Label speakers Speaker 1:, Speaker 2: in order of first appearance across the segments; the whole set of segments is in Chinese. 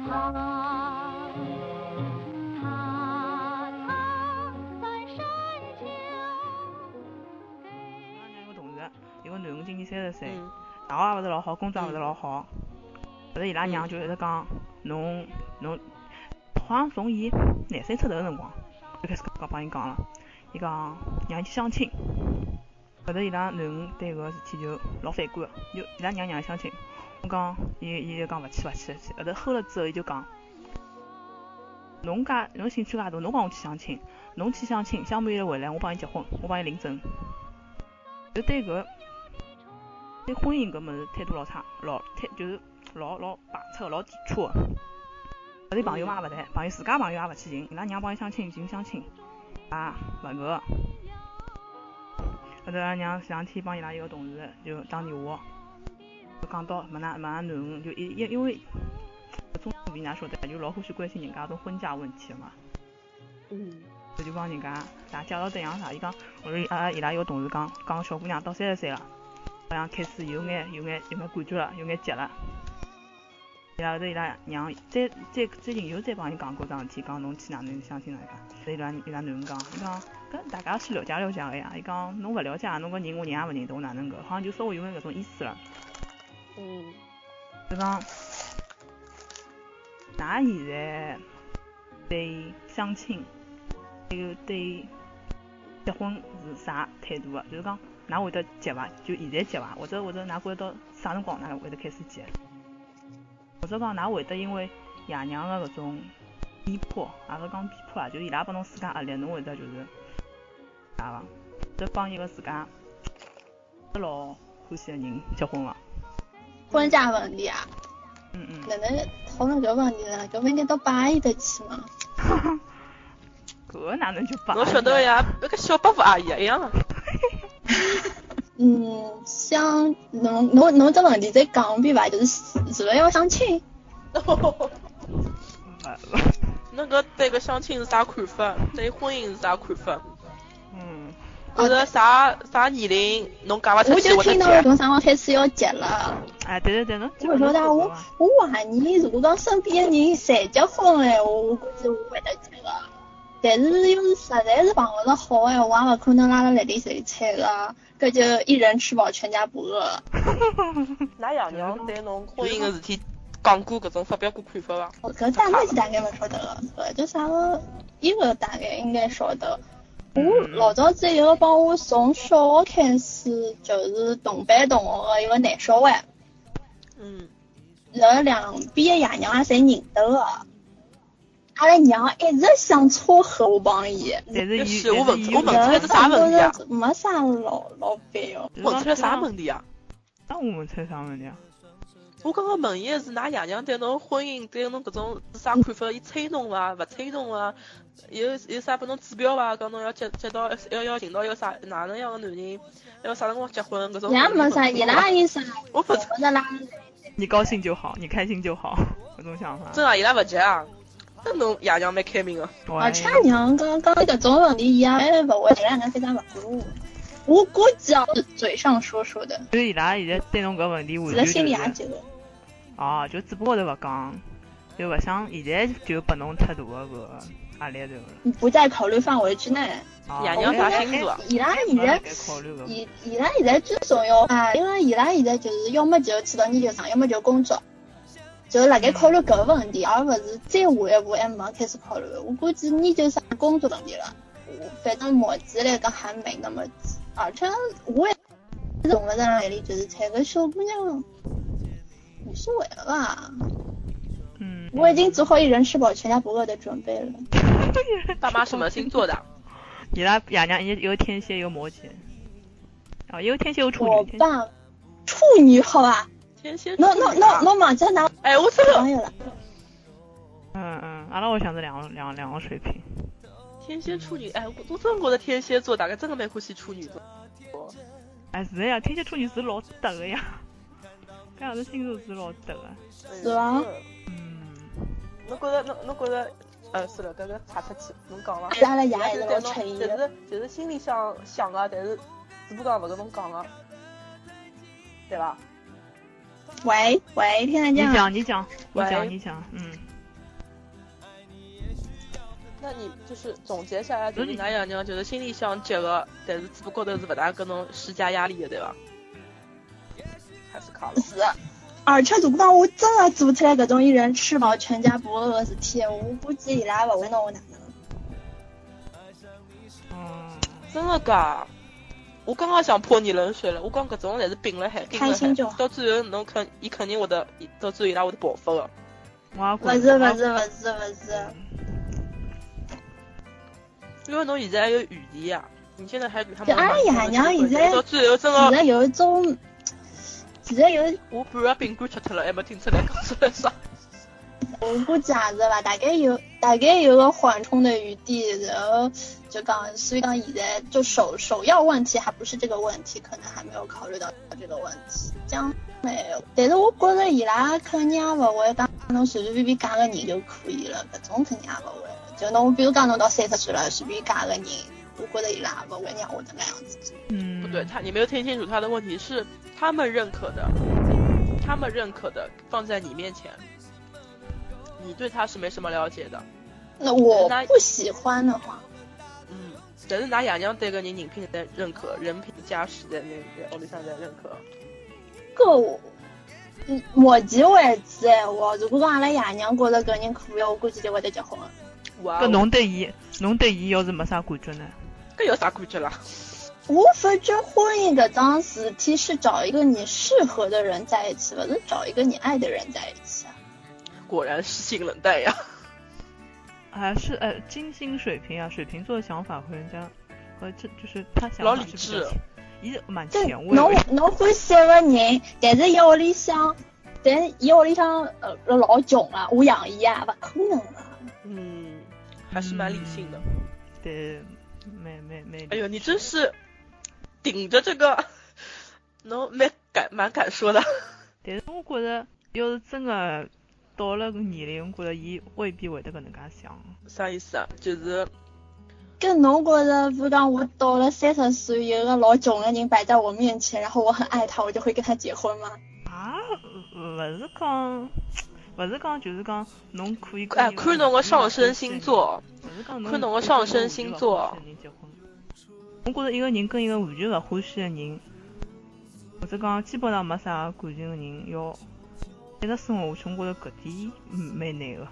Speaker 1: 方，他藏在山丘。
Speaker 2: 当年有个同事，有个男个今年三十岁，
Speaker 3: 嗯
Speaker 2: 大学也勿是老好，工作也勿是老好。后头伊拉娘就一直讲，侬侬，好像从伊廿三出头个辰光就开始讲帮伊讲了。伊讲让伊去相亲，后头伊拉囡恩对搿个事体就老反感个，就伊拉娘让伊相亲。我讲，伊伊就讲勿去勿去勿去。后头吼了之后，伊就讲，侬介侬兴趣介大，侬帮我去相亲，侬去相亲，相满了回来，我帮伊结婚，我帮伊领证。就对搿对婚姻搿物事态度老差，老态就是老老排斥，老抵触个。后头朋友嘛也勿谈，朋友自家朋友也勿去寻，伊拉娘帮伊相亲，寻相亲，啊也勿搿个。后头阿拉娘前两天帮伊拉一个同事就打电话，就讲到问㑚问㑚囡恩，就因因因为中国人㑚晓得，就老欢喜关心人家种婚嫁问题个嘛。
Speaker 3: 嗯，
Speaker 2: 我就帮人家啥介绍对象啥，伊讲，我说阿拉伊拉有个同事讲，讲小姑娘到三十岁了，好像开始有眼有眼有眼感觉了，有眼急了。然后头伊拉娘再再最近又再帮伊讲过桩事体，讲侬去哪能相亲哪能介。所以伊拉伊拉囡恩讲，伊讲搿大家去了解了解个呀。伊讲侬勿了解，侬搿人我娘也勿认得，我哪能搿？好像就稍微有眼搿种意思了。
Speaker 3: 嗯，
Speaker 2: 就讲，㑚现在对相亲，还有对结婚是啥态度啊？就是讲，㑚会得结伐？就现在结伐？或者或者，㑚觉得到啥辰光㑚会得开始结？或者讲，㑚会得因为爷娘个搿种逼迫，也勿讲逼迫啊，就伊拉拨侬自家压力，侬会得就是啥伐？得帮一个自家老欢喜个人结婚伐？
Speaker 4: 婚嫁问题啊，
Speaker 2: 嗯嗯。
Speaker 4: 哪能讨论搿问题呢？搿问题到八姨得去嘛？
Speaker 2: 搿个哪能就帮？
Speaker 3: 侬晓得个
Speaker 2: 呀？
Speaker 3: 呀，那个小伯父阿姨一 样个。
Speaker 4: 嗯，相侬侬侬这问题再讲一遍伐？就是是勿是要相亲？
Speaker 3: 侬搿对搿相亲是啥看法？对婚姻是啥看法？
Speaker 2: 嗯，
Speaker 3: 或者啥啥年龄侬嫁勿出
Speaker 4: 啊我
Speaker 3: 去
Speaker 4: 就
Speaker 3: 会得
Speaker 4: 听到
Speaker 3: 啊结？
Speaker 4: 从啥辰光开始要结了。
Speaker 2: 哎，对对对，侬
Speaker 4: 我晓得，啊我我怀疑，如果讲身边的人侪结婚了闲话，我估计我会得结个。但是要是实在是碰勿着好的闲话，也勿可能拉辣辣里谁猜个，搿就一人吃饱全家不饿。
Speaker 3: 㑚爷娘哦对侬婚姻个事体讲过搿种发表过看法伐？
Speaker 4: 哦搿大概是大概勿晓得个，搿叫啥个？伊个大概应该晓得。我
Speaker 2: 嗯
Speaker 4: 老早子有个帮我从小学开始就是同班同学个一个男小孩，
Speaker 3: 嗯，
Speaker 4: 然后两边个爷娘也侪认得个。阿拉娘一直想撮合我帮伊，
Speaker 2: 但是
Speaker 3: 就
Speaker 2: 伊，
Speaker 3: 是我
Speaker 2: 但
Speaker 3: 问
Speaker 2: 是伊
Speaker 3: 我
Speaker 2: 有
Speaker 3: 问
Speaker 2: 就是
Speaker 3: 出来是啥问题啊？
Speaker 4: 没啥老老板哦。
Speaker 3: 问出来啥问
Speaker 2: 题？
Speaker 3: 题啊？
Speaker 2: 那我问出来啥问题啊？
Speaker 3: 我刚刚问伊个是㑚爷娘对侬婚姻对侬搿种是啥看法？伊催侬伐？勿催侬伐？有有啥拨侬指标伐？讲侬要结结到要要寻到一个啥哪能样个男人？要啥辰光结婚？搿种
Speaker 4: 也没啥，伊拉意思，
Speaker 3: 我
Speaker 4: 我
Speaker 3: 不
Speaker 4: 觉着啦，
Speaker 2: 你高兴就好，你开心就好，搿种想法。
Speaker 3: 真啊，伊拉勿结啊。那侬爷娘蛮开明个，
Speaker 4: 而且俺娘讲讲搿种问题，伊哎也勿会，伊拉能非常勿管我。我估计啊，嘴上说说的，
Speaker 2: 就伊拉现在对侬搿问题完
Speaker 4: 其
Speaker 2: 全
Speaker 4: 实心里啊也
Speaker 2: 就是，
Speaker 4: 觉得，
Speaker 2: 哦，就只不过头勿讲，就勿想现在就拨侬太大个搿个压力头了。
Speaker 4: 不在考虑范围之内。
Speaker 2: 哦
Speaker 3: 爷娘
Speaker 4: 啥
Speaker 3: 星座啊
Speaker 4: 伊拉现
Speaker 2: 哎
Speaker 4: 在
Speaker 2: 哎该考虑搿个。
Speaker 4: 伊伊拉现在最重要啊，因为伊拉现在就是要么就去到研究生，要么就工作，就辣盖考虑搿个问题，而勿是再下一步还没开始考虑。我估计研究生工作问题了，我反正目前来讲还没那么急，而且我也弄勿着眼里，就是猜搿小姑娘无所谓了吧。
Speaker 2: 嗯。
Speaker 4: 我已经做好一人吃饱全家不饿的准备了。
Speaker 3: 爸妈什么星座 的？啊
Speaker 2: 伊拉爷娘一一个天蝎，一个摩羯。哦，一个天蝎，一个处
Speaker 4: 我
Speaker 2: 女。天蝎
Speaker 4: 爸，处女啊好吧？
Speaker 3: 天蝎座
Speaker 4: 侬侬侬侬忘记拿
Speaker 3: 哎，我真的
Speaker 4: 朋友了。
Speaker 2: 嗯嗯，阿拉我想是两个两个两个水平。
Speaker 3: 天蝎处女，哎，我我真的觉得天蝎座大概真的蛮欢喜处女座。
Speaker 2: 哎，是的呀，天蝎处女是老搭的呀，搿样子星座是老搭的。
Speaker 4: 是伐
Speaker 2: 嗯，
Speaker 3: 侬觉得侬侬觉得，呃，算了，搿个岔出去，侬讲伐？
Speaker 4: 是阿拉爷
Speaker 3: 但
Speaker 4: 一
Speaker 3: 是
Speaker 4: 直
Speaker 3: 对
Speaker 4: 老
Speaker 3: 侬
Speaker 4: 吃伊
Speaker 3: 就
Speaker 4: 的。
Speaker 3: 是就是心里想想啊个，但是嘴巴讲勿跟侬讲个，对伐？
Speaker 4: 喂喂，听得
Speaker 2: 你
Speaker 4: 见吗？
Speaker 2: 讲，你讲，你
Speaker 3: 喂
Speaker 2: 讲，你讲，嗯，
Speaker 3: 那你就是总结下来，就
Speaker 2: 所以
Speaker 3: 是㑚爷娘就是心里想结个，但是只不过头是勿大搿种施加压力的，对伐？还是卡了。
Speaker 4: 是的。而且如果讲我真的做出来搿种一人吃饱全家不饿的事体，我估计伊拉勿会拿我哪能。
Speaker 2: 嗯，
Speaker 3: 真的噶，我刚刚想泼你冷水了。我讲搿种侪是病了海，病了海
Speaker 4: 开心就好
Speaker 3: 到最后侬肯，伊肯定会得，伊到最后伊拉会得报复的。
Speaker 2: 我
Speaker 3: 嗯
Speaker 2: 也觉
Speaker 4: 勿是
Speaker 2: 着
Speaker 4: 勿是勿是勿是，
Speaker 3: 因为侬现在还有余地呀，你现在还给他
Speaker 4: 就
Speaker 3: 们
Speaker 4: 阿拉
Speaker 3: 还有
Speaker 4: 爷娘
Speaker 3: 机会
Speaker 4: 现在
Speaker 3: 到最后真
Speaker 4: 现
Speaker 3: 的，
Speaker 4: 在有一种，现在有一
Speaker 3: 我半个饼干吃脱了，还没听出来讲出来 啥。
Speaker 4: 我估计也是吧，大概有大概有个缓冲的余地，然后就讲，所以讲现在就首首要问题还不是这个问题，可能还没有考虑到这个问题，将来，但是我觉着伊拉肯定也勿会讲侬随随便便嫁个人就可以了，搿种肯定也勿会。就侬比如讲侬到三十岁了，随便嫁个人，我觉着伊拉也勿会让我这个样子做。
Speaker 2: 嗯，
Speaker 3: 不对，他你没有听清楚他的问题是他们认可的，他们认可的放在你面前，你对他是没什么了解的，
Speaker 4: 那我不喜欢的话，
Speaker 3: 嗯，但是拿爷娘对个人人品在认可，人品加持在那在屋里向在认可，
Speaker 4: 搿我，嗯，目前为止哎，我如果讲阿拉爷娘觉着搿人可以，我估计就会得结婚了。
Speaker 3: 哇哦，
Speaker 2: 搿侬对伊，侬对伊要是没啥感觉呢？
Speaker 3: 搿有啥感觉啦？
Speaker 4: 我发觉婚姻搿桩事体是找一个你适合的人在一起，勿是找一个你爱的人在一起啊。
Speaker 3: 果然是性冷淡呀，
Speaker 2: 还是呃，金星水瓶啊，水瓶座的想法和人家和这就是他想
Speaker 3: 老
Speaker 2: 法
Speaker 3: 理
Speaker 2: 是比
Speaker 3: 智
Speaker 2: 较前，伊蛮
Speaker 4: 就
Speaker 2: 前卫
Speaker 4: 侬
Speaker 2: 的。
Speaker 4: 侬欢喜一个人，但是伊屋里向，但伊屋里向呃老穷啊，我养伊啊，勿可能啊。
Speaker 3: 嗯，还是蛮理性的。
Speaker 2: 对，没没没。
Speaker 3: 哎呦，你真是顶着这个， 侬蛮敢蛮敢说的，
Speaker 2: 但是我觉着，要是真的到了搿年龄，我觉着伊未必会得搿能介想。
Speaker 3: 啥意思啊？就是
Speaker 4: 跟侬觉着，比如讲我到了三十岁，有一个老穷的人摆在我面前，然后我很爱他，我就会跟他结婚吗？
Speaker 2: 啊，勿是讲，勿是讲，就是讲，侬可以
Speaker 3: 哎，看侬个上升星，座。
Speaker 2: 勿是讲
Speaker 3: 看侬个上升星座
Speaker 2: 跟一个完全勿欢喜的人结婚。我觉着一个人跟一个完全勿欢喜的人，或者讲基本上没啥感情的人，要一直生活下去，我觉着搿点嗯蛮难个。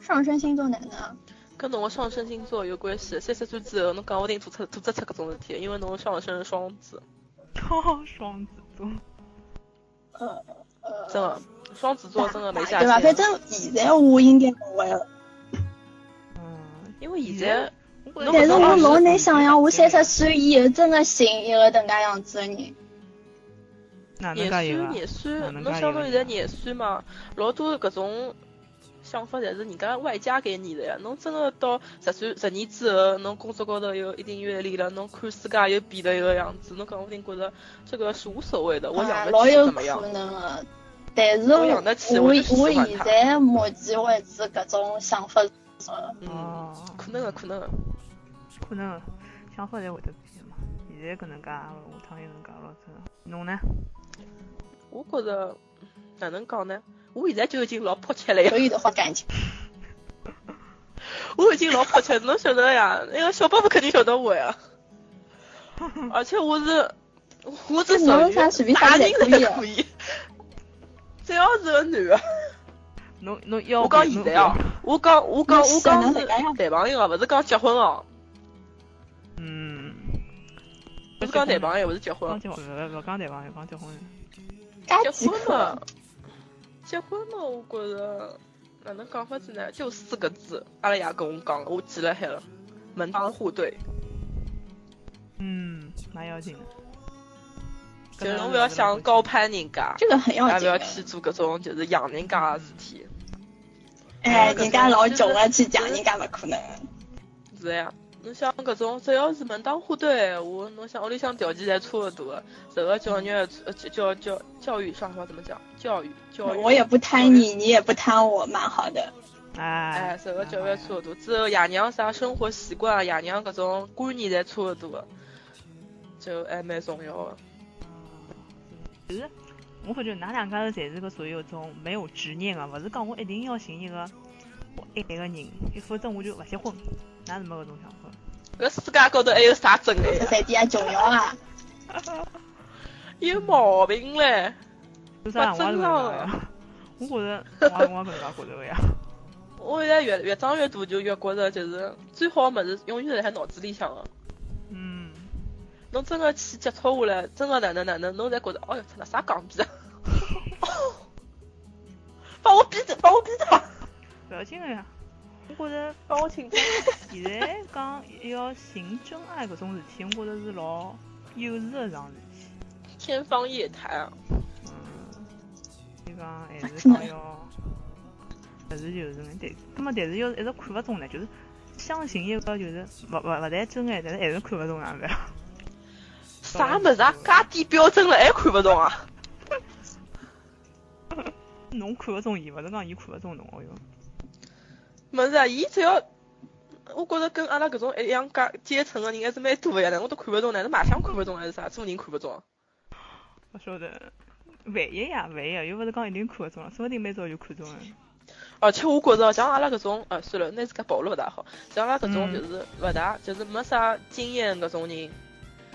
Speaker 4: 上升星座哪能啊？
Speaker 3: 跟侬个上升星座有关系。三十岁之后，侬讲勿定做出做得出搿种事体，因为侬个上升是双子，
Speaker 2: 超双子座，
Speaker 4: 呃呃，
Speaker 3: 真的，双子座真的没下
Speaker 4: 对吧？反
Speaker 3: 限。
Speaker 4: 正现在我应该不会了，
Speaker 2: 嗯，
Speaker 3: 因为现在，
Speaker 2: 我觉着
Speaker 4: 但是我老难
Speaker 2: 能
Speaker 4: 想象，我三十岁以后真的寻一个能介样子的人。
Speaker 2: 哪能
Speaker 3: 廿
Speaker 2: 介一
Speaker 3: 岁
Speaker 2: 个啊
Speaker 3: 廿岁，
Speaker 2: 哪能
Speaker 3: 侬
Speaker 2: 介
Speaker 3: 想侬
Speaker 2: 有
Speaker 3: 现
Speaker 2: 呢
Speaker 3: 在廿岁嘛，老多搿种想法侪是人家外加给你的呀。侬真的到十岁、十年之后，侬工作高头有一定阅历了，侬看世界又变了一个样子，侬讲勿定觉着这个是无所谓的，我
Speaker 4: 啊
Speaker 3: 养
Speaker 4: 老
Speaker 3: 得起
Speaker 4: 有
Speaker 3: 怎么样
Speaker 4: 可？能的。但是
Speaker 3: 我养得起我
Speaker 4: 我
Speaker 3: 就是喜欢
Speaker 4: 现
Speaker 3: 他
Speaker 4: 在目前为止搿种想法，呃
Speaker 3: 嗯，
Speaker 2: 哦，
Speaker 3: 可能的，可能的。
Speaker 2: 可能想法侪会得变嘛。现在搿能介，下趟又能介咯，真的。侬呢？
Speaker 3: 我觉着哪能讲呢？我现在就已经老迫切了呀
Speaker 4: 可，以的话感情。
Speaker 3: 我已经老迫切了，侬晓得呀？那个小宝宝肯定晓得我 呀。而且我是，我是
Speaker 4: 侬啥
Speaker 3: 属
Speaker 4: 随
Speaker 3: 于
Speaker 4: 便啊
Speaker 3: 啥
Speaker 4: 啥
Speaker 3: 人
Speaker 4: 侪可以
Speaker 3: 侪可以，只要是个男的。
Speaker 2: 侬侬要
Speaker 3: 我讲
Speaker 2: 侬
Speaker 3: 现在哦，我讲我讲我讲
Speaker 4: 侬
Speaker 3: 是
Speaker 4: 是哪能
Speaker 3: 谈朋友啊，勿是讲结婚哦，
Speaker 2: 嗯，
Speaker 3: 勿是讲谈
Speaker 2: 友，
Speaker 3: 朋友，勿是结婚嗯
Speaker 2: 讲，结婚，勿勿勿讲谈朋友，讲结婚。
Speaker 4: 介
Speaker 3: 结
Speaker 4: 几
Speaker 3: 婚
Speaker 4: 可
Speaker 3: 嘛，结婚嘛，我觉着哪能讲法子呢？就四个字，阿拉爷跟我讲了，我记了海了，门当户对。
Speaker 2: 嗯，蛮要紧的。
Speaker 3: 就是侬勿要想高攀人家，
Speaker 4: 这个很要
Speaker 3: 也勿
Speaker 4: 紧
Speaker 3: 哎要啊
Speaker 4: 的。
Speaker 3: 去做搿种就是养啊人家的事体，
Speaker 4: 哎，
Speaker 3: 这个
Speaker 4: 人家老穷了，去讲
Speaker 3: 就是
Speaker 4: 人家勿可能。
Speaker 3: 是呀。侬想搿种只要是门当户对的闲话，侬想屋里向条件侪差勿多的，受个教育也差呃教教教教育上话怎么讲？教育教育，
Speaker 4: 我也不贪你，你也不贪我，蛮好的。
Speaker 2: 哎
Speaker 3: 哎，受个教
Speaker 4: 啊
Speaker 3: 育也差勿多，之后爷娘啥生活习惯啊，爷娘搿种观念侪差勿多的，就还蛮重要的。
Speaker 2: 就是我发觉，㑚两家头侪是个属于有种没有执念个，勿是讲我一定要寻一个我爱一个人，一否则我就勿结婚，哪是没搿种想法？
Speaker 3: 搿世界高头还有啥真
Speaker 4: 这
Speaker 3: 爱啊？
Speaker 4: 三点也重要啊。
Speaker 3: 有毛病唻！
Speaker 2: 就啥
Speaker 3: 不
Speaker 2: 我也是搿能
Speaker 3: 真
Speaker 2: 介
Speaker 3: 的
Speaker 2: 个呀，我觉着我也我也搿能介觉着个呀。
Speaker 3: 我现在越越长越大，就越觉着就是最好的物事永远是辣海脑子里向的。
Speaker 2: 嗯，
Speaker 3: 侬真个去接触下来，真个哪能哪能，侬才觉着，哦哟，天哪，啥戆逼啊！ 把我逼着，把我逼着，
Speaker 2: 勿要紧个呀。我觉着
Speaker 3: 把我请假。
Speaker 2: 现在讲要寻真爱搿种事体，我觉着是老幼稚个桩事体。
Speaker 3: 天方夜谭啊！
Speaker 2: 就讲还是讲要，勿是就是眼，但，葛末但是要是一直看勿中呢，就是相信一个就是勿勿勿谈真爱，但是还是看勿中哪能样。
Speaker 3: 啥物事啊？介低标准了，还看不懂啊？
Speaker 2: 侬看勿中伊，勿是讲伊看勿中侬哦哟。
Speaker 3: 没事啊，伊只要，我觉着跟阿拉搿种一样介阶层的人还是蛮多的呀。哪能我都看不懂，哪能卖相看不懂还是啥？做人看不懂？啊
Speaker 2: 勿晓得，万一呀，万一呀，又勿是讲一定看勿中了，说不定蛮早就看中了。
Speaker 3: 而哦且我觉着像阿拉搿种，呃，算了，拿自家暴露勿大好。像阿拉搿种
Speaker 2: 嗯
Speaker 3: 就是勿大，就是没啥经验搿种人，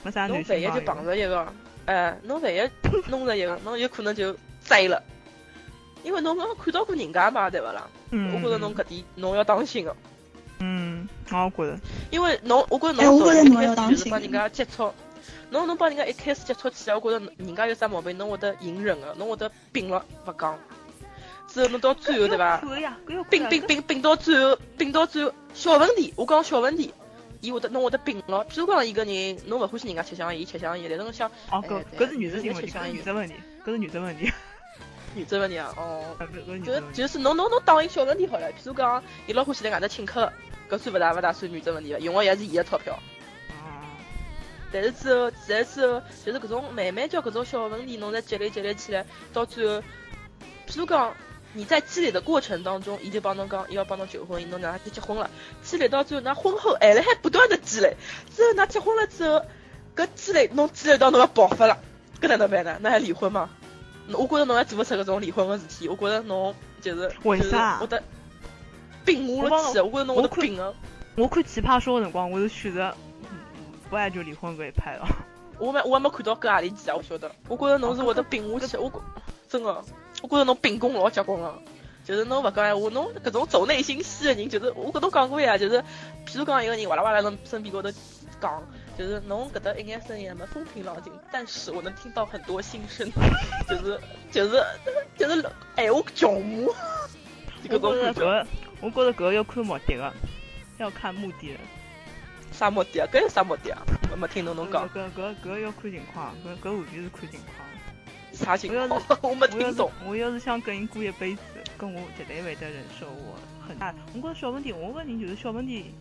Speaker 2: 没啥
Speaker 3: 侬
Speaker 2: 啊男
Speaker 3: 万
Speaker 2: 性
Speaker 3: 一就碰
Speaker 2: 朋友。
Speaker 3: 着一个，哎，侬万一弄着一个，侬有可能就栽了。因为侬没看到过人家嘛，对勿啦？
Speaker 2: 嗯，
Speaker 3: 我觉着侬搿点侬要当心个。哦
Speaker 2: 嗯，我也觉着，
Speaker 3: 因为侬，我觉着
Speaker 4: 哎
Speaker 3: 侬
Speaker 4: 我
Speaker 3: 从
Speaker 4: 觉得
Speaker 3: 一
Speaker 4: 侬要
Speaker 3: 开
Speaker 4: 当
Speaker 3: 始就是
Speaker 4: 心
Speaker 3: 帮人家接触，侬侬帮人家一开始接触起来，我觉着人家有啥毛病，侬会得隐忍个，侬会得摒了勿讲。之后侬到最后对伐？
Speaker 2: 搿呀，搿要看
Speaker 3: 摒
Speaker 2: 呀
Speaker 3: 摒摒摒到最后，摒到最后小问题，我讲小问题，伊会得侬会得摒了。譬如讲一个人，侬勿欢喜人家吃香烟，伊吃香烟，但是侬想
Speaker 2: 哦，搿
Speaker 3: 哎
Speaker 2: 搿是女生性
Speaker 3: 对
Speaker 2: 问题，
Speaker 3: 对
Speaker 2: 搿是女生问题，搿是女生问 呃题，
Speaker 3: 女这问题啊，哦，
Speaker 2: 搿是女
Speaker 3: 就
Speaker 2: 生问题。
Speaker 3: 就是侬侬侬打一小问题好了，譬如讲伊老欢喜来外头请客，搿算勿大勿大算女这问题伐？用个也是伊个钞票。
Speaker 2: 啊
Speaker 3: 但是之后，但是之后，就是搿种慢慢叫搿种小问题，侬再积累积累起来，到最后，譬如讲，你在积累的过程当中，伊就帮侬讲，伊要帮侬求婚，伊侬哪去结婚了，积累到最后，㑚婚后还辣海不断的积累，之后㑚结婚了之后，搿积累侬积累到侬要爆发了，搿哪能办呢？那还离婚吗？我觉着侬还做勿出搿种离婚个事体，我觉着侬就是
Speaker 2: 为
Speaker 3: 就是
Speaker 2: 啥
Speaker 3: 我得摒我了去，我觉着侬啊会得摒个。
Speaker 2: 我看《奇葩说》的辰光，我是选择不爱就离婚搿一派了。
Speaker 3: 我没我还没看到搿何里几啊，我晓得。我觉着侬是会得摒下去，我觉真个，我觉着侬秉公老结棍个。就是侬勿讲闲话，侬搿种走内心戏的人，就是我跟侬讲过呀，就是譬如讲一个人哇啦哇啦从身边高头讲，就是侬搿搭一眼声音没风平浪静，但是我能听到很多心声， 就是就是就是闲话穷母，就
Speaker 2: 我
Speaker 3: 搿种
Speaker 2: 觉
Speaker 3: 感觉。
Speaker 2: 着搿，我觉着搿要看目的个，要看目的的。
Speaker 3: 啥目的啊？搿有啥目的啊？没没听懂侬讲
Speaker 2: 搿搿搿要看情况，搿搿完全是看情况。
Speaker 3: 啥情
Speaker 2: 我要
Speaker 3: 况
Speaker 2: 是，
Speaker 3: 我没
Speaker 2: 我要
Speaker 3: 听
Speaker 2: 是
Speaker 3: 懂。
Speaker 2: 我要是想跟伊过一辈子，跟我绝对会得忍受我很大。我觉着小问题，我个人就是小问题，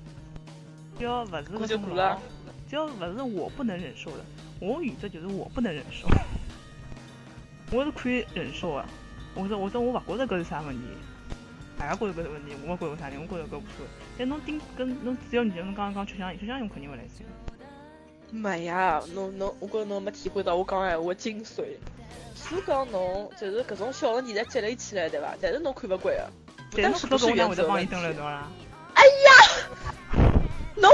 Speaker 2: 只要勿是
Speaker 3: 过
Speaker 2: 搿
Speaker 3: 就
Speaker 2: 种
Speaker 3: 过
Speaker 2: 老
Speaker 3: 了，
Speaker 2: 只要勿是我不能忍受的，我原则就是我不能忍受，我是可以忍受的。我说我说我勿觉着搿是啥问题，大家觉着搿是问题，我勿觉着啥问题，我觉着搿无所谓。但侬顶跟侬只要你侬刚刚讲吃香烟，吃香烟我肯定勿来塞。
Speaker 3: 没呀，侬侬，我觉着侬没体会到我讲闲话的精髓。譬如讲侬就是搿种小问题侪积累起来，对伐？但是侬看勿惯啊个，不
Speaker 2: 但
Speaker 3: 但
Speaker 2: 侬
Speaker 3: 是
Speaker 2: 看到
Speaker 3: 不是
Speaker 2: 搿
Speaker 3: 原
Speaker 2: 我
Speaker 3: 则
Speaker 2: 就帮伊
Speaker 3: 问题
Speaker 2: 蹲， 了一道啊啦。
Speaker 3: 侬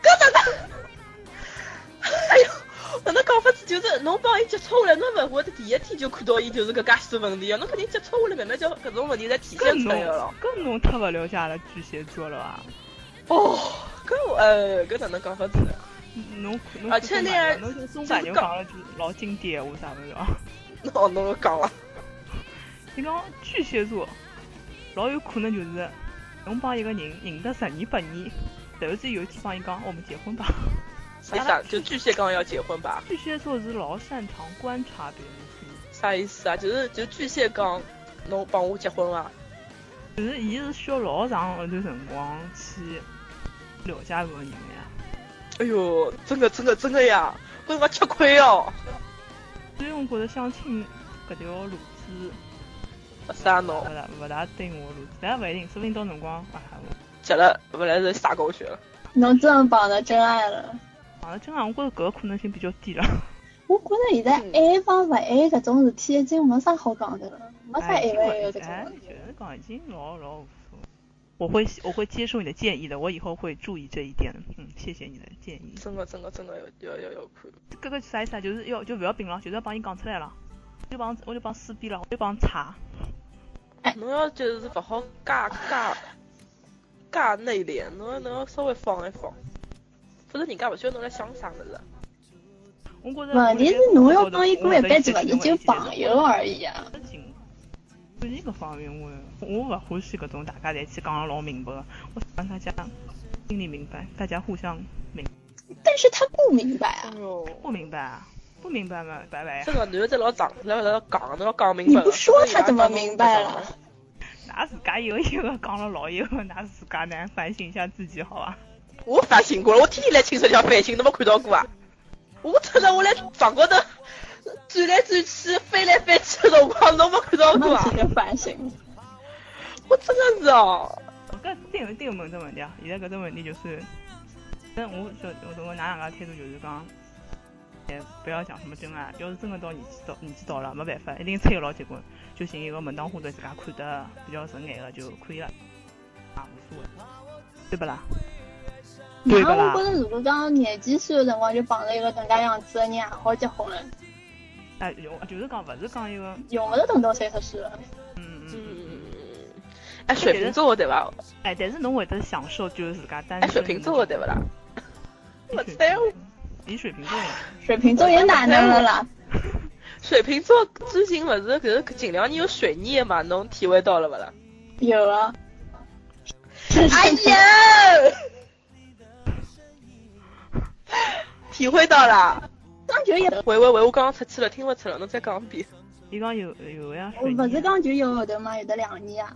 Speaker 3: 搿哪能？哎哟，哪能讲法子？就是侬帮伊接触下来，侬勿会得第一天就看到伊就是搿介许多问题啊！侬肯定接触下来，慢慢叫搿种问题侪体现
Speaker 2: 搿
Speaker 3: 出
Speaker 2: 侬
Speaker 3: 来个咯。
Speaker 2: 搿侬太勿了解阿拉巨蟹座了啊伐？
Speaker 3: 哦，搿我呃�搿哪能讲法子呢？
Speaker 2: 侬侬
Speaker 3: 而且
Speaker 2: 侬
Speaker 3: 那样
Speaker 2: 侬中白牛讲了句老经典的话啥物事啊？
Speaker 3: 哦，侬又讲了，
Speaker 2: 伊讲巨蟹座老有可能就是侬帮一个人认得十年八年，突然之间有一天帮伊讲我们结婚吧。
Speaker 3: 为哎啥就巨蟹刚要结婚吧？
Speaker 2: 巨蟹座是老擅长观察别人的心理，
Speaker 3: 啥意思啊？就是就巨蟹讲，侬帮我结婚伐？
Speaker 2: 就是伊是需要老长一段辰光去了解搿个人的呀。
Speaker 3: 哎哟，真的真的真的呀，我他妈吃亏哦！
Speaker 2: 所以我觉着相亲搿条路子
Speaker 3: 勿啥侬
Speaker 2: 勿大勿大对我的路子，但勿一定，说不定到辰光啊，我
Speaker 3: 结了，勿来是撒狗血了。
Speaker 4: 侬真的碰到真爱了。
Speaker 2: 啊，真个我觉着搿个可能性比较低了。
Speaker 4: 我觉着现在
Speaker 2: 嗯
Speaker 4: 爱帮勿爱搿种事体已经没啥好讲的了，没啥
Speaker 2: 哎，
Speaker 4: 爱勿爱搿
Speaker 2: 哎
Speaker 4: 种问题
Speaker 2: 就。是讲已经老老无所谓。哦我会我会接受你的建议的，我以后会注意这一点的。嗯，谢谢你的建议。
Speaker 3: 真的真的真的要要要要看。
Speaker 2: 搿个啥意思啊？就是要就勿要并了，就是要帮伊讲出来了，就帮我就帮撕逼了，我就帮查。
Speaker 3: 侬要就是勿好介 介介内敛，侬要侬要稍微放一放，否则人家勿晓得侬辣想啥物事。
Speaker 2: 我觉着
Speaker 4: 问题是侬要帮伊过一辈子，勿是就朋友而已啊。
Speaker 2: 感情搿方面，我我勿欢喜搿种大家侪去讲了老明白个，我希望大家心里明白，大家互相明
Speaker 4: 但是他不明白啊
Speaker 3: 哎，哟，
Speaker 2: 不明白啊？不明白嘛，拜啊拜呀
Speaker 3: 这！个男的在老长，在老讲，侬要讲明
Speaker 4: 你
Speaker 3: 白了。
Speaker 4: 不说他怎么明白了？
Speaker 2: 㑚自家有一个讲了老有，㑚自家呢反省一下自己好伐？
Speaker 3: 我反省过了，我天天来清水桥反省，侬没看到过啊？我真的我来房高头转来转去，飞来飞去的辰光，侬没看到过
Speaker 4: 那
Speaker 3: 啊
Speaker 4: 几？个反省。
Speaker 3: 我真的是哦，
Speaker 2: 搿对个对个问这问题啊，现在搿只问题就是，但我觉我同我㑚两个态度就是讲，哎，不要讲什么真爱，要是真的到年纪到年纪到了，没办法，一定催个老结棍，就寻一个门当户对自家看得比较顺眼的就可以了，啊，无所谓，对不啦？对个
Speaker 4: 然后
Speaker 2: 啦
Speaker 4: 我觉着，如果讲廿几岁的辰光就碰着一个搿能介样子的人，也好结婚了，
Speaker 2: 哎，有就是讲勿是讲一个，
Speaker 4: 用勿着等到三十岁了。
Speaker 2: 嗯嗯嗯，
Speaker 3: 嗯，哎，水瓶座的对伐？
Speaker 2: 哎，但是侬会得享受就是自家单
Speaker 3: 哎，
Speaker 2: 身。
Speaker 3: 水瓶座的对勿啦？
Speaker 2: 你
Speaker 3: 我
Speaker 2: 水
Speaker 3: 猜我
Speaker 2: 你水瓶座呀，
Speaker 4: 水瓶座也哪能了 啦？
Speaker 3: 水瓶座最近勿是搿个近两年有水逆的嘛，侬体会到了勿啦？
Speaker 4: 有啊。
Speaker 3: 哎 呀， 体会到了。
Speaker 4: 讲就有，
Speaker 3: 喂喂喂，我刚刚出去了，听勿出了，侬再讲一遍。
Speaker 2: 伊讲有有呀，
Speaker 4: 我
Speaker 2: 水啊
Speaker 4: 勿
Speaker 2: 瓶
Speaker 4: 是讲就有后头嘛，有的两年啊。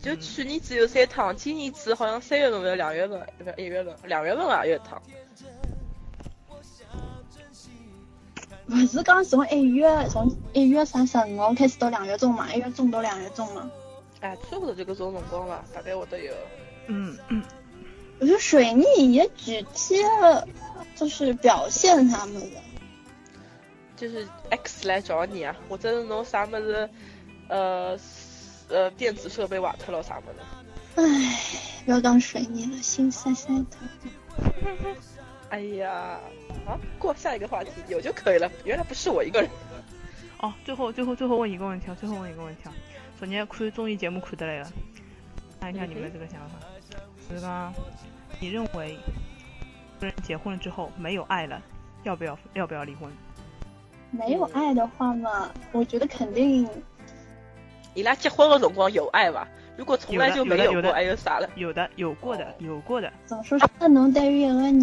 Speaker 3: 就去年只有三趟，今年子好像三月份勿是两月份，勿是一月份，两月份啊有一趟。
Speaker 4: 勿是讲从一月哎从一月三十五号开始到两月中嘛，一月中到两月中嘛。
Speaker 3: 哎，差不多就搿种辰光伐，大概会得有。
Speaker 2: 嗯嗯，
Speaker 4: 我觉得水逆也具体的就是表现他们的，
Speaker 3: 就是 X 来找你啊，或者是侬啥么子，呃呃电子设备坏脱了啥么子。
Speaker 4: 唉，不要讲水逆了，心塞塞的。
Speaker 3: 哎呀，好，过下一个话题，有就可以了。原来不是我一个人。
Speaker 2: 哦，最后最后最后问一个问题啊，最后问一个问题啊，昨天看综艺节目看得来了，看一下你们这个想法，就是讲，你认为，一个人结婚了之后没有爱了，要不要要不要离婚？
Speaker 4: 没有爱的话嘛，我觉得肯定
Speaker 3: 伊拉结婚的辰光有爱伐？如果从来就没
Speaker 2: 有的有的
Speaker 3: 过，还有啥了？
Speaker 2: 有的，有过的，有过的，
Speaker 4: 怎么说是侬对于一个人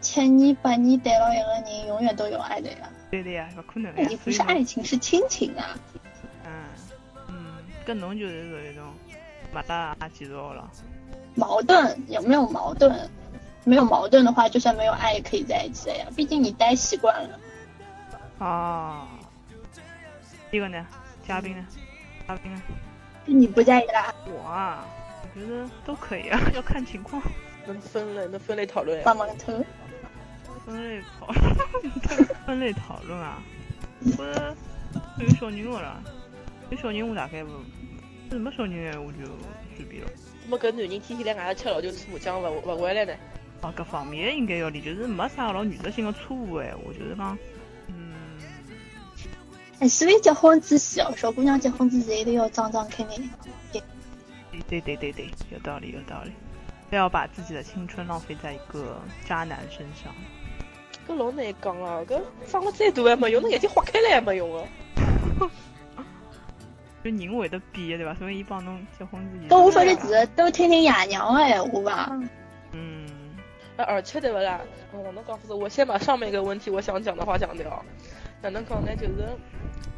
Speaker 4: 七年八年对牢一个人，永远都有爱的呀。
Speaker 2: 对的呀，不可能的
Speaker 4: 那
Speaker 2: 呀
Speaker 4: 也，不
Speaker 2: 所以
Speaker 4: 是
Speaker 2: 嘛
Speaker 4: 爱情，是亲情啊。
Speaker 2: 嗯嗯，跟侬就是属于一种，没啦记住了，
Speaker 4: 矛盾有没有矛盾？没有矛盾的话，就算没有爱也可以在一起的呀。毕竟你待习惯了。
Speaker 2: 哦，这个呢，嘉宾呢，嘉宾呢？
Speaker 4: 就你不在意啦，
Speaker 2: 我啊，我觉得都可以啊， 要看情况。
Speaker 3: 能分类，能分类讨论呀。
Speaker 4: 棒棒头。
Speaker 2: 分类讨 分类讨论啊，我对于小人我啦，对小人我大概不，是没小人我就随便了。
Speaker 3: 那么搿男人天天辣外头吃老酒吃麻将，勿勿回来呢？
Speaker 2: 哦，各方面应该要理，就是没啥老原则性的错误哎，我就是讲，嗯，
Speaker 4: 哎，所以结婚之前，我说姑娘结婚之前一定要张张开开。
Speaker 2: 对对对对对，有道理有道理，不要把自己的青春浪费在一个渣男身上。
Speaker 3: 搿老难讲啊，搿长了再大也没用，侬眼睛豁开了也没用啊。
Speaker 2: 就人会得变对吧？所以伊帮侬结婚之前，
Speaker 4: 跟我说这几个都听听爷娘哎的闲话吧。
Speaker 2: 嗯，
Speaker 3: 啊而且对勿啦？哦，哪能讲法子？我先把上面一个问题我想讲的话讲掉。哪能讲呢？就是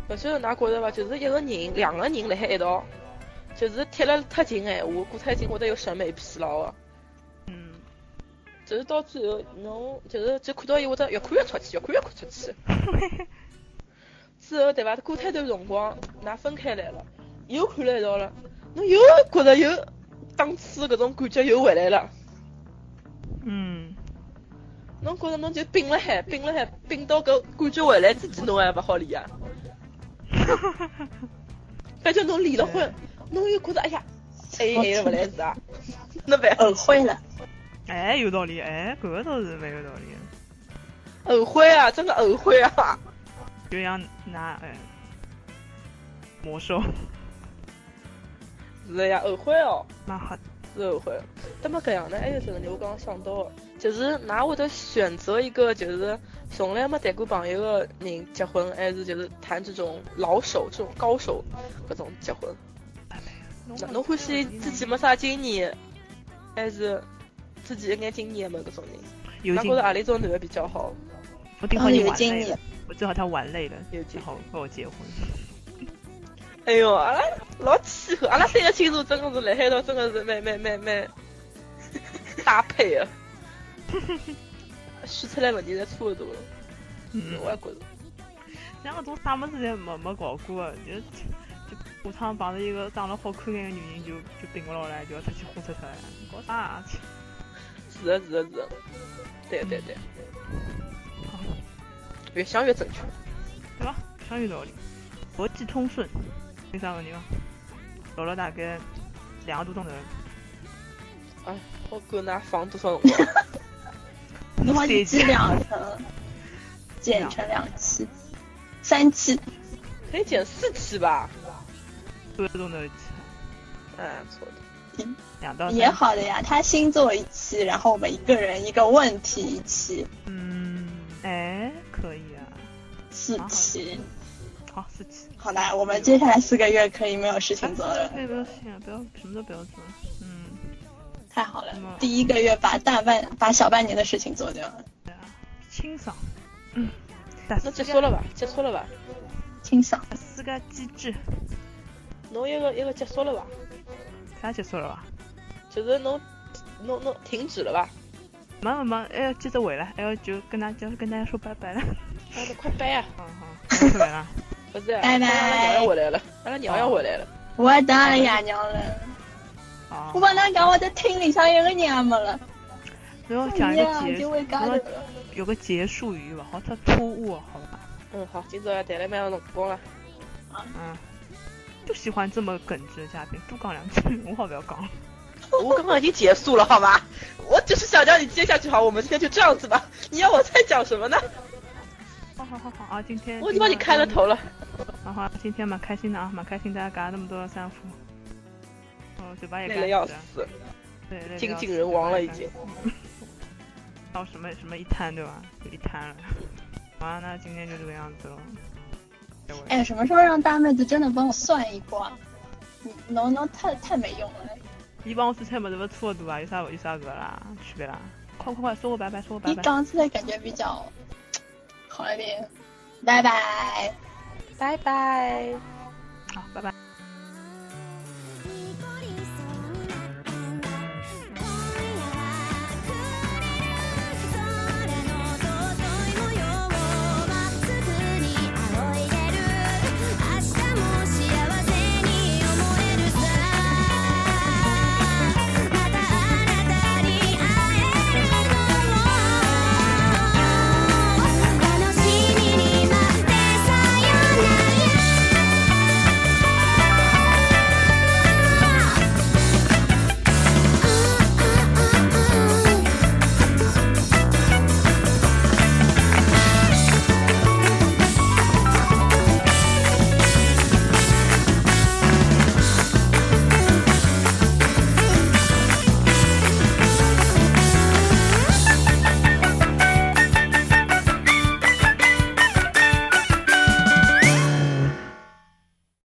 Speaker 3: 勿晓得㑚觉着伐？就是一个人，两个人辣海一道，就是贴了太近个闲话，过太近会得有审美疲劳啊个。
Speaker 2: 嗯，
Speaker 3: 就是到最后，侬就是就看到伊会得越看越出去，越看越看出去。之后对伐？过太段辰光，㑚分开来了，又看了一道了，侬又觉着又当初搿种感觉又回来了。
Speaker 2: 嗯，
Speaker 3: 侬觉着侬就并了海，并了海，并到搿感觉回来之前，侬还勿好离啊？哎 感觉侬离了婚，侬又觉着哎呀，还有还有勿来事啊？那办
Speaker 4: 后悔了。
Speaker 2: 哎，有道理，哎，搿个倒是蛮有道理的。
Speaker 3: 后悔啊，真的后悔啊！
Speaker 2: 就像拿哎魔兽，
Speaker 3: 是的呀，后悔哦。
Speaker 2: 蛮好的。
Speaker 3: 是后悔。那么搿样呢，还有一个问题我刚刚想到的，就是㑚会得选择一个就是从来没谈过朋友的人结婚，还是就是谈这种老手、这种高手搿种结婚？那侬欢喜自
Speaker 2: 嗯
Speaker 3: 己没啥经验，还是自己一眼经验没搿种人？
Speaker 2: 有
Speaker 3: 㑚
Speaker 2: 经
Speaker 3: 觉得
Speaker 2: 验，
Speaker 3: 何里种男的比较好？
Speaker 2: 我最好
Speaker 4: 哦，
Speaker 2: 你
Speaker 4: 有
Speaker 2: 玩
Speaker 4: 经
Speaker 2: 累
Speaker 4: 验
Speaker 2: 了，，我最好他玩累了，
Speaker 3: 有经
Speaker 2: 然后跟我结婚。
Speaker 3: 哎哟，阿拉老契合，阿拉三个星座真的是辣海头，真的是蛮蛮蛮蛮搭配的。 选出来问题侪差不多了，
Speaker 2: 嗯，
Speaker 3: 我也觉着。
Speaker 2: 像搿种啥物事侪没没搞过，就就下趟碰着一个长得好看眼的女人就就顶勿牢了，就要出去豁出出来，搞啥啊？
Speaker 3: 是的，是的，是的，对对对，
Speaker 2: 好，
Speaker 3: 越想越正确。
Speaker 2: 对伐？很有道理。国际通顺，有啥问题伐？聊了大概两个多钟头，
Speaker 3: 哎，我管㑚放多 少辰光？
Speaker 2: 侬
Speaker 4: 侬一
Speaker 2: 三
Speaker 4: 期
Speaker 2: 期
Speaker 4: 两成，剪成两期、三期，
Speaker 3: 可以减四期吧？
Speaker 2: 多个钟头一期，
Speaker 3: 哎，错的。
Speaker 2: 两到
Speaker 4: 也
Speaker 2: 三。
Speaker 4: 好的呀。他星座一期，然后我们一个人一个问题一期，
Speaker 2: 嗯，哎，可以啊。
Speaker 4: 四
Speaker 2: 蛮好的
Speaker 4: 期。
Speaker 2: 好，哎四期。
Speaker 4: 好啦，我们接下来四个月可以没有事情做了，
Speaker 2: 可以不要信啊，不要什么都不要做。嗯，
Speaker 4: 太好了
Speaker 2: 嗯。
Speaker 4: 第一个月把大半把小半年的事情做掉了，
Speaker 2: 对啊，清爽。嗯，但
Speaker 3: 那
Speaker 2: 是
Speaker 3: 结束了吧？结束了吧？
Speaker 4: 清爽。
Speaker 2: 四个机制，
Speaker 3: 侬一个一个结束了吧？
Speaker 2: 啥结束了吧？
Speaker 3: 就是侬侬侬停止了吧？
Speaker 2: 没没没，还要接着回来，还要就跟大家跟大家说拜拜了。
Speaker 3: 啊，那快掰啊！
Speaker 2: 好好，说完了。
Speaker 3: 不是啊，
Speaker 4: 拜拜
Speaker 3: 阿拉娘要回来了，阿拉娘要回来了。
Speaker 4: 我当然爷娘了，
Speaker 2: 啊
Speaker 4: 我，帮他讲我在厅里向一个娘没了，
Speaker 2: 然后讲一
Speaker 4: 一
Speaker 2: 个
Speaker 4: 样
Speaker 2: 结
Speaker 4: 就，会讲
Speaker 2: 侬
Speaker 4: 了
Speaker 2: 要。有个结束语勿好太突兀，啊好吧？
Speaker 3: 嗯，好，今朝也谈了蛮长辰光了。
Speaker 2: 嗯，就喜欢这么耿直的嘉宾，多讲两句，我好不要讲了。
Speaker 3: 我刚刚已经结束了，好吗？我只是想让你接下去，好，我们今天就这样子吧。你要我再讲什么呢？
Speaker 2: 好好好好啊，今天
Speaker 3: 我已经帮你开了。头了。
Speaker 2: 然后今天蛮开心的啊，蛮开心，大家搞了那么多的三伏，哦，嘴巴也
Speaker 3: 累
Speaker 2: 干
Speaker 3: 得要
Speaker 2: 死了，
Speaker 3: 死，
Speaker 2: 对，累得
Speaker 3: 精
Speaker 2: 要
Speaker 3: 尽
Speaker 2: 死
Speaker 3: 人亡了已。
Speaker 2: 嘴
Speaker 3: 经
Speaker 2: 巴也。干死 到什么什么一摊对吧？就一摊了。 好啊，那今天就这个样子了。结尾
Speaker 4: 哎，什么时候让大妹子真的帮我算一卦？嗯侬侬太太没用了，
Speaker 2: 伊帮我做菜么子不差不多啊，有啥有啥个啦区别啦？快快快，说个拜拜，说个
Speaker 4: 你
Speaker 2: 拜拜。
Speaker 4: 讲起来感觉比较好一点。拜拜。
Speaker 3: 拜拜。
Speaker 2: 好，拜拜。